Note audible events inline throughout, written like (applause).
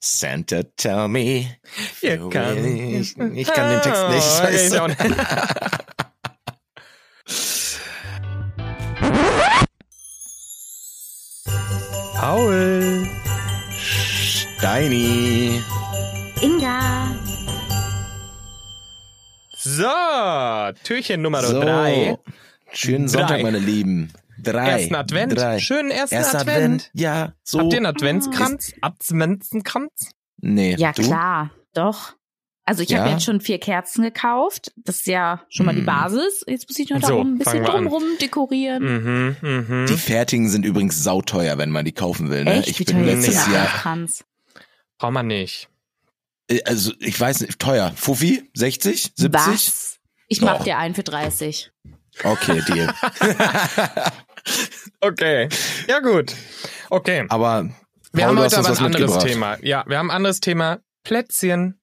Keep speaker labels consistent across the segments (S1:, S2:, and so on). S1: Santa, tell me.
S2: Ihr kann- (laughs)
S1: Ich, ich kann den Text nicht.
S2: Ah, ich
S1: Scheiße.
S2: auch nicht. Paul.
S1: Steini.
S3: Inga.
S2: So, Türchen Nummer
S1: So.
S2: drei.
S1: Schönen Sonntag,
S2: Drei.
S1: meine Lieben. Drei.
S2: Ersten Advent.
S1: Drei.
S2: Schönen ersten
S1: Erster
S2: Advent.
S1: Ja, so.
S2: Habt ihr einen Adventskranz? Adventskranz?
S1: nee,
S3: Ja,
S1: du?
S3: klar, doch. Also ich
S1: Ja?
S3: habe jetzt schon vier Kerzen gekauft. Das ist ja schon mal die
S1: Hm. Also,
S3: Basis. Jetzt muss ich nur
S2: So,
S3: darum ein
S2: fangen
S3: bisschen
S2: wir an.
S3: drumrum dekorieren.
S1: Hm,
S2: Mhm, mhm.
S1: Die fertigen sind übrigens sauteuer, wenn man die kaufen will. Ne?
S3: Echt?
S1: Ich
S3: Wie
S1: bin
S3: teuer ist
S1: letztes
S3: dieser
S1: Jahr,
S3: Adventskranz?
S2: Braucht
S1: (laughs)
S2: man nicht.
S1: äh, also ich weiß nicht, teuer. Fuffi? 60? 70?
S3: Was? Ich mach
S1: Doch.
S3: dir einen für 30.
S1: Okay,
S3: (laughs)
S1: Deal.
S2: Okay. Ja, gut. Okay.
S1: Aber Paul,
S2: Wir haben
S1: du
S2: heute
S1: hast uns
S2: aber ein
S1: was
S2: anderes
S1: mitgebracht.
S2: Thema. Ja, wir haben ein anderes Thema. Plätzchen.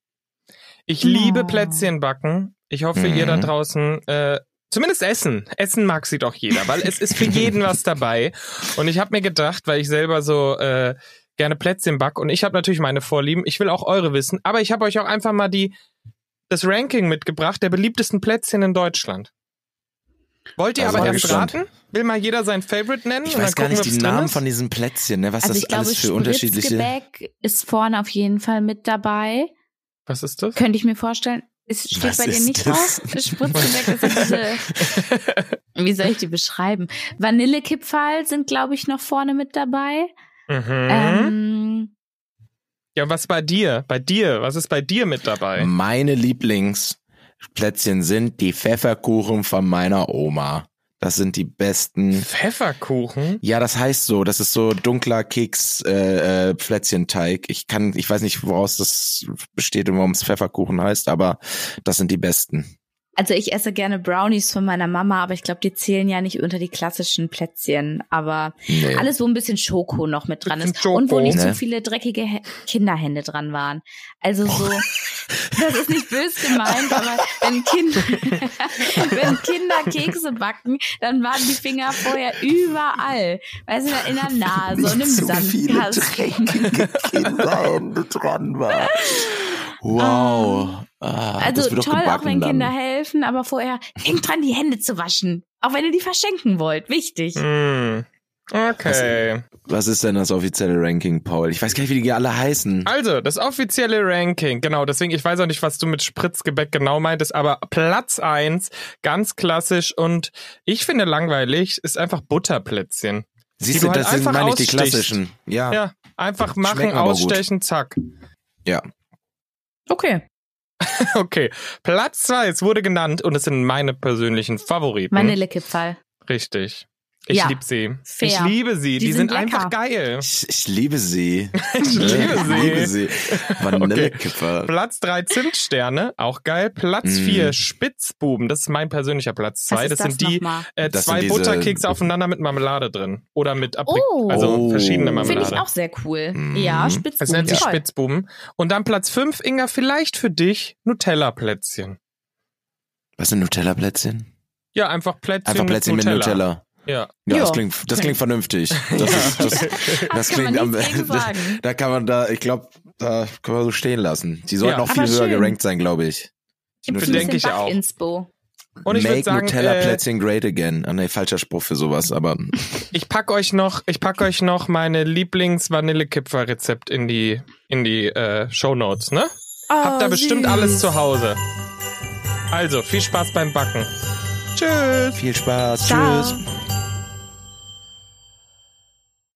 S2: Ich
S3: Oh.
S2: liebe Plätzchen backen. Ich hoffe, ihr da
S1: Mhm.
S2: draußen, äh, zumindest Essen. Essen mag sie doch jeder, weil es ist für jeden was dabei. Und ich habe mir gedacht, weil ich selber so äh, gerne Plätzchen back und ich habe natürlich meine Vorlieben. Ich will auch eure wissen, aber ich habe euch auch einfach mal die das Ranking mitgebracht der beliebtesten Plätzchen in Deutschland. Wollt ihr
S1: Da
S2: aber
S1: sind wir
S2: erst
S1: Also gespannt.
S2: raten? Will mal jeder sein Favorite nennen?
S1: ich
S2: und dann
S1: weiß gar
S2: gucken
S1: nicht
S2: wir,
S1: die
S2: ob's drin
S1: Namen
S2: ist?
S1: von diesen Plätzchen, ne? was
S3: also
S1: das
S3: ich glaube,
S1: alles für unterschiedliche...
S3: Spritzgebäck ist vorne auf jeden Fall mit dabei.
S2: Was ist das?
S3: Könnte ich mir vorstellen. Es steht
S1: Was
S3: bei dir
S1: ist
S3: nicht
S1: das?
S3: drauf. Spritzgebäck ist ja diese,
S1: (laughs)
S3: wie soll ich die beschreiben? Vanillekipferl sind, glaube ich, noch vorne mit dabei.
S2: Mhm.
S3: Ähm,
S2: Ja, was bei dir? Bei dir? Was ist bei dir mit dabei?
S1: Meine Lieblingsplätzchen sind die Pfefferkuchen von meiner Oma. Das sind die besten.
S2: Pfefferkuchen?
S1: Ja, das heißt so, das ist so dunkler Keks äh, äh, Plätzchenteig. Ich kann ich weiß nicht, woraus das besteht und warum es Pfefferkuchen heißt, aber das sind die besten.
S3: Also ich esse gerne Brownies von meiner Mama, aber ich glaube, die zählen ja nicht unter die klassischen Plätzchen. Aber
S1: Nee. (laughs)
S3: alles, wo ein bisschen Schoko noch mit dran
S2: Bisschen
S3: ist und wo
S2: Schoko.
S3: nicht so
S1: Ne?
S3: viele dreckige Hä- Kinderhände dran waren. Also so, (laughs) das ist nicht böse gemeint, aber wenn, kind, (laughs) wenn Kinder Kekse backen, dann waren die Finger vorher überall. Weißt du, in der Nase und im Sandkasten.
S1: Kinderhände dran war. Wow. Ah, das
S3: Also
S1: wird doch
S3: toll, auch
S1: gebacken
S3: wenn
S1: dann.
S3: Kinder helfen, aber vorher denkt dran, die Hände zu waschen. Auch wenn ihr die verschenken wollt. Wichtig.
S2: Mm.
S1: Also,
S2: Okay.
S1: Was ist denn das offizielle Ranking, Paul? Ich weiß gar nicht, wie die alle heißen.
S2: Also, das offizielle Ranking. Genau, deswegen, ich weiß auch nicht, was du mit Spritzgebäck genau meintest, aber Platz eins, ganz klassisch und ich finde langweilig, ist einfach Butterplätzchen.
S1: Siehst
S2: die
S1: du,
S2: du halt
S1: das sind
S2: einfach
S1: meine ich die
S2: ausstichst.
S1: klassischen. Ja.
S2: Ja, einfach machen,
S1: Schmecken Ah. aber gut.
S2: ausstechen, zack. (laughs)
S3: Okay.
S2: Okay. Platz zwei, es wurde genannt und es sind meine persönlichen Favoriten.
S3: Vanillekipferl.
S2: Richtig. Ich
S3: Ja.
S2: lieb sie.
S3: Fair.
S2: Ich liebe sie. Die,
S3: Die
S2: sind,
S3: sind
S2: einfach
S3: lecker.
S2: geil. (laughs)
S1: Ich, ich liebe sie.
S2: Ich liebe
S1: Ich liebe
S2: sie.
S1: sie. Vanillekipferl.
S2: Platz drei Zimtsterne, auch geil. Platz
S1: Mhm.
S2: vier Spitzbuben, das ist mein persönlicher Platz
S3: Was
S2: zwei.
S3: ist
S2: Das,
S3: das
S2: sind die
S3: nochmal?
S2: äh,
S1: Das
S2: zwei
S1: sind diese-
S2: Butterkekse aufeinander mit Marmelade drin. Oder mit Aprik
S3: Oh.
S2: also verschiedene
S3: Finde
S2: Marmelade.
S3: ich auch sehr cool.
S1: Mhm.
S3: Ja,
S2: das
S3: Spitzbuben.
S2: nennt sich
S3: Toll.
S2: Spitzbuben. Und dann Platz fünf Inga, vielleicht für dich Nutella-Plätzchen.
S1: Was sind Nutella-Plätzchen?
S2: Ja, einfach Plätzchen,
S1: Einfach
S2: mit,
S1: Plätzchen mit
S2: Nutella.
S1: Nutella.
S2: Ja.
S1: Ja, das
S3: Ja.
S1: klingt, das klingt vernünftig. Das, ist,
S2: (laughs)
S1: das, das
S3: kann man
S1: klingt am
S3: nichts gegen
S1: da,
S3: sagen.
S1: da kann man da, ich glaube, da können wir so stehen lassen. Die sollten
S2: Ja.
S1: auch viel
S3: Aber
S1: höher
S3: schön.
S1: gerankt sein, glaube ich. Die
S3: Gibt's ein
S1: Nutella-
S2: Bedenke
S3: bisschen
S2: ich auch.
S3: Backinspo.
S2: Und ich
S1: Make
S2: würde sagen, äh,
S1: Nutella-Plätzchen great again. Ah, nee, falscher Spruch für sowas,
S2: (laughs)
S1: aber
S2: ich pack euch noch, ich pack euch noch meine Lieblings-Vanillekipferrezept in die in die äh, Shownotes, ne? Habt da
S3: Oh,
S2: bestimmt
S3: süß.
S2: alles zu Hause. Also, viel Spaß beim Backen. Tschüss.
S1: viel Spaß.
S3: Ciao.
S1: Tschüss.